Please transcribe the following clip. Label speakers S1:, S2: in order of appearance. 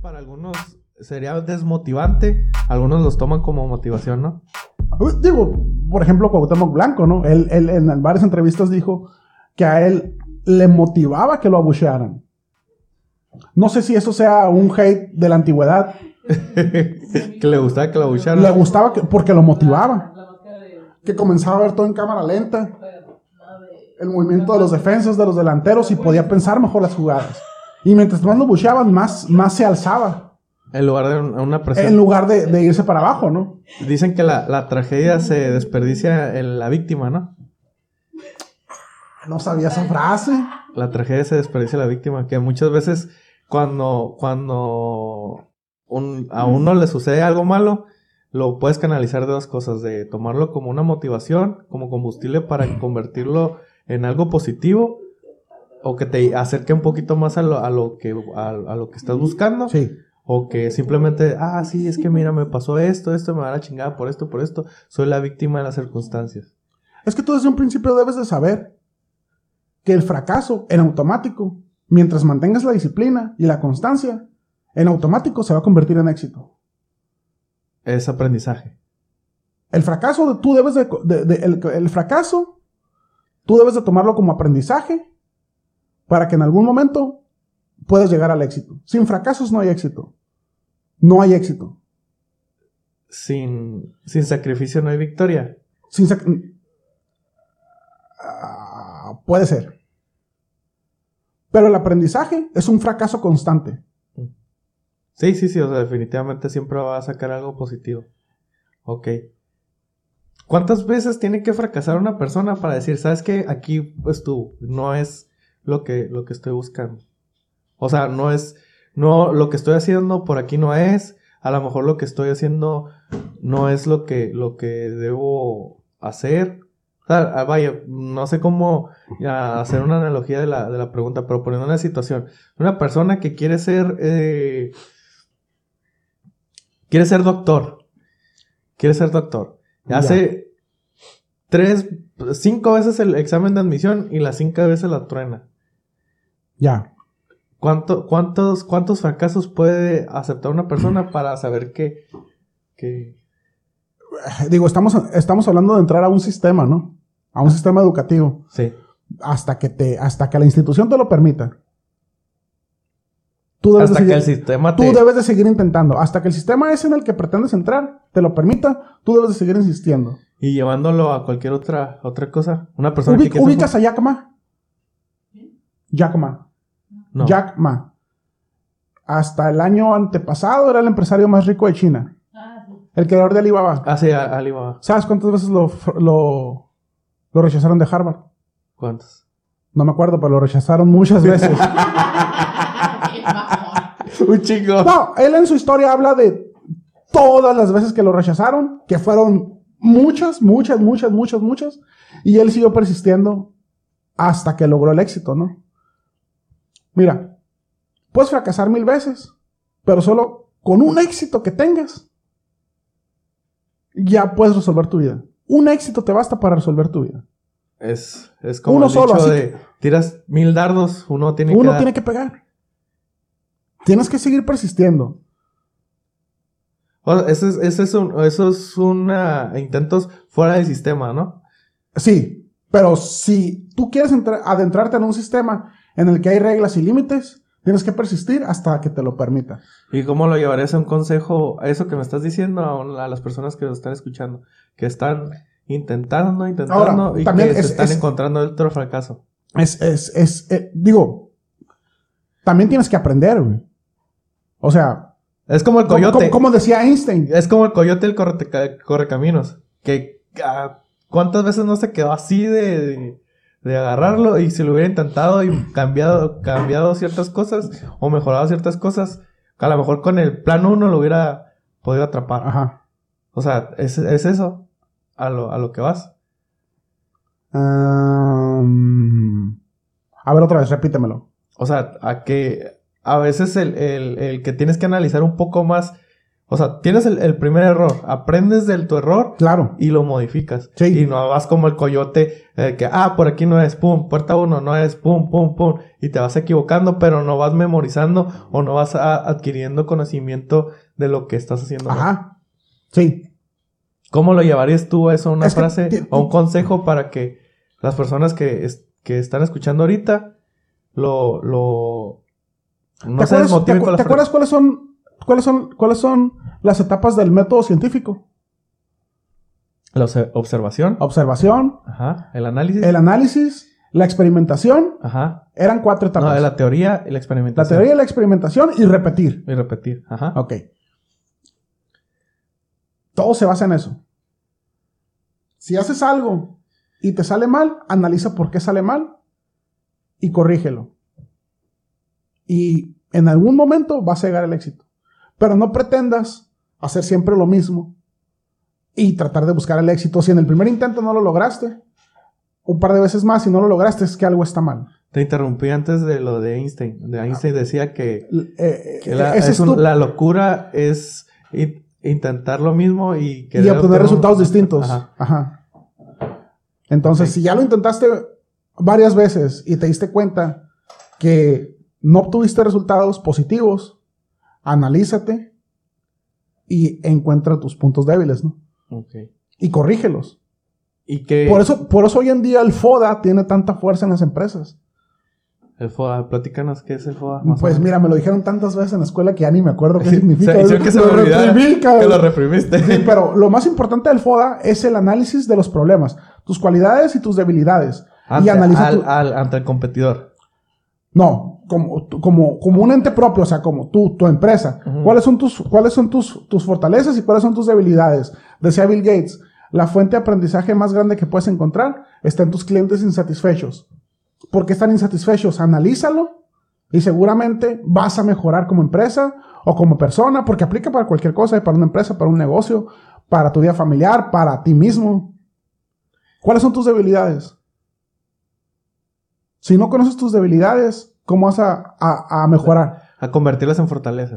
S1: para algunos sería desmotivante, algunos los toman como motivación, ¿no?
S2: Pues, Digo, por ejemplo, Cuauhtémoc Blanco, ¿no? Él, él en varias entrevistas dijo que a él le motivaba que lo abuchearan. No sé si eso sea un hate de la antigüedad.
S1: que le gustaba que lo abuchearan.
S2: Le gustaba que- porque lo motivaba. Que comenzaba a ver todo en cámara lenta. El movimiento de los defensas, de los delanteros y podía pensar mejor las jugadas. Y mientras más lo bucheaban, más, más se alzaba.
S1: En lugar de un- una presión.
S2: En lugar de, de irse para abajo, ¿no?
S1: Dicen que la, la tragedia se desperdicia en la víctima, ¿no?
S2: Ah, No sabía esa frase.
S1: La tragedia se desperdicia en la víctima, que muchas veces cuando, cuando un- a uno le sucede algo malo, lo puedes canalizar de dos cosas, de tomarlo como una motivación, como combustible para convertirlo en algo positivo, o que te acerque un poquito más a lo, a lo, que, a, a lo que estás buscando.
S2: Sí.
S1: O que simplemente, ah, sí, es que mira, me pasó esto, esto, me va a la chingada por esto, por esto. Soy la víctima de las circunstancias.
S2: Es que tú desde un principio debes de saber que el fracaso en automático, mientras mantengas la disciplina y la constancia, en automático se va a convertir en éxito.
S1: Es aprendizaje.
S2: El fracaso, de- tú debes de, de- de- el, el fracaso, tú debes de tomarlo como aprendizaje para que en algún momento puedas llegar al éxito. Sin fracasos no hay éxito. No hay éxito.
S1: Sin, sin sacrificio no hay victoria.
S2: Sin sac- Ah, puede ser. Pero el aprendizaje es un fracaso constante.
S1: Sí, sí, sí, o sea, definitivamente siempre va a sacar algo positivo. Ok. ¿Cuántas veces tiene que fracasar una persona para decir, sabes que aquí, pues tú, no es lo que, lo que estoy buscando? O sea, no es, no, lo que estoy haciendo por aquí no es, a lo mejor lo que estoy haciendo no es lo que, lo que debo hacer. O sea, ah, vaya, no sé cómo ya, hacer una analogía de la, de la pregunta, pero poniendo una situación, una persona que quiere ser, eh, quiere ser doctor, quiere ser doctor, Y
S2: Ya.
S1: hace tres, cinco veces el examen de admisión y las cinco veces la truena.
S2: Ya.
S1: ¿Cuánto, cuántos, ¿Cuántos fracasos puede aceptar una
S2: Mm.
S1: persona para saber que, que
S2: Eh, Digo, estamos, estamos hablando de entrar a un sistema, ¿no? A un sistema educativo.
S1: sí,
S2: Hasta que te, hasta que la institución te lo permita. Tú debes,
S1: hasta
S2: de
S1: que el
S2: seguir,
S1: sistema
S2: tú
S1: te...
S2: debes de seguir intentando. Hasta que el sistema ese en el que pretendes entrar te lo permita, tú debes de seguir insistiendo.
S1: y llevándolo a cualquier otra otra cosa? Una persona que
S2: Ubic-
S1: quiere ser
S2: ubicas a Jack Ma. Jack Ma.
S1: fu- no.
S2: Jack Ma. Hasta el año antepasado era el empresario más rico de China. El creador de Alibaba.
S1: Ah, sí, a- Alibaba.
S2: ¿Sabes cuántas veces lo, lo, lo rechazaron de Harvard?
S1: ¿Cuántos?
S2: No me acuerdo, pero lo rechazaron muchas veces.
S1: Un chingo.
S2: no, él en su historia habla de todas las veces que lo rechazaron, que fueron muchas, muchas, muchas, muchas, muchas, y él siguió persistiendo hasta que logró el éxito, ¿no? Mira, puedes fracasar mil veces, pero solo con un éxito que tengas, ya puedes resolver tu vida. Un éxito te basta para resolver tu vida.
S1: Es, es como
S2: Uno
S1: el
S2: solo,
S1: dicho
S2: así
S1: de tiras mil dardos, uno tiene que
S2: Uno
S1: dar.
S2: tiene que pegar. Tienes que seguir persistiendo.
S1: O sea, ese es, ese es un, eso es una intentos fuera del sistema, ¿no?
S2: Sí, pero si tú quieres entra- adentrarte en un sistema en el que hay reglas y límites, tienes que persistir hasta que te lo permita.
S1: ¿Y cómo lo llevarías a un consejo, a eso que me estás diciendo, a, un- a las personas que lo están escuchando, que están intentando, intentando
S2: Ahora,
S1: y
S2: también
S1: que se
S2: es-
S1: están
S2: es-
S1: encontrando otro fracaso?
S2: Es, es, es, eh, digo, también tienes que aprender, güey. O sea,
S1: Es como el
S2: como,
S1: coyote.
S2: como- como decía Einstein,
S1: Es como el coyote del correteca- correcaminos. Que ah, cuántas veces no se quedó así de, de- de agarrarlo y si lo hubiera intentado y cambiado, cambiado ciertas cosas o mejorado ciertas cosas, a lo mejor con el plan uno lo hubiera podido atrapar.
S2: ajá.
S1: O sea, es, es eso a lo, a lo que vas.
S2: Am, a ver otra vez, repítemelo.
S1: O sea, a que a veces el, el- el que tienes que analizar un poco más O sea, tienes el, el primer error, aprendes del tu error
S2: Claro.
S1: y lo modificas.
S2: Sí.
S1: Y no vas como el coyote eh, que, ah, por aquí no es, pum, puerta uno no es, pum, pum, pum. Y te vas equivocando, pero no vas memorizando o no vas a- adquiriendo conocimiento de lo que estás haciendo. mal.
S2: Ajá. Sí.
S1: ¿Cómo lo llevarías tú a eso, una
S2: Es que
S1: frase
S2: ti-
S1: o un consejo para que las personas que, es- que están escuchando ahorita lo... lo no
S2: ¿Te
S1: se
S2: acuerdas, te
S1: desmotiven
S2: acu-
S1: con las
S2: te acuerdas cuáles son cuáles son cuáles son las etapas del método científico?
S1: fra- La obse- eh, observación.
S2: Observación,
S1: Ajá. El análisis.
S2: el análisis, la experimentación,
S1: Ajá.
S2: eran cuatro
S1: No,
S2: etapas.
S1: la teoría y la
S2: La
S1: experimentación.
S2: teoría, la experimentación y repetir.
S1: Y repetir. Ajá.
S2: Ok. Todo se basa en eso. Si haces algo y te sale mal, analiza por qué sale mal y corrígelo. Y en algún momento vas a llegar al éxito. Pero no pretendas hacer siempre lo mismo y tratar de buscar el éxito. Si en el primer intento no lo lograste, un par de veces más, si no lo lograste, es que algo está mal.
S1: Te interrumpí antes de lo de Einstein. De Einstein decía que,
S2: L- eh,
S1: que la,
S2: eh, Ah. ese
S1: es
S2: es
S1: un-
S2: tu-
S1: la locura es in- intentar lo mismo y
S2: y obtener
S1: un-
S2: resultados distintos.
S1: Ajá.
S2: Ajá. Entonces,
S1: Ok.
S2: si ya lo intentaste varias veces y te diste cuenta que no obtuviste resultados positivos, analízate y encuentra tus puntos débiles, ¿no?
S1: Ok.
S2: Y corrígelos.
S1: Y que...
S2: Por eso, por eso hoy en día el FODA tiene tanta fuerza en las empresas.
S1: El FODA. Platícanos qué es el FODA. más o
S2: Pues
S1: menos.
S2: mira, me lo dijeron tantas veces en la escuela que ya ni me acuerdo qué
S1: Sí,
S2: significa.
S1: se- hizo que se me
S2: Lo
S1: olvidara,
S2: reprimí,
S1: Que
S2: cabrón.
S1: lo reprimiste.
S2: Sí, pero lo más importante del FODA es el análisis de los problemas, tus cualidades y tus debilidades.
S1: Ante,
S2: y analiza
S1: al,
S2: tu-
S1: al- ante el competidor.
S2: No, como, tu- como, como un ente propio, o sea, como tú, tu empresa.
S1: Ujú.
S2: ¿Cuáles son, tus, cuáles son tus, tus fortalezas y cuáles son tus debilidades? Decía Bill Gates, la fuente de aprendizaje más grande que puedes encontrar está en tus clientes insatisfechos. ¿Por qué están insatisfechos? Analízalo y seguramente vas a mejorar como empresa o como persona, porque aplica para cualquier cosa, para una empresa, para un negocio, para tu día familiar, para ti mismo. ¿Cuáles son tus debilidades? Si no conoces tus debilidades, ¿cómo vas a, a- a mejorar?
S1: A convertirlas en fortalezas.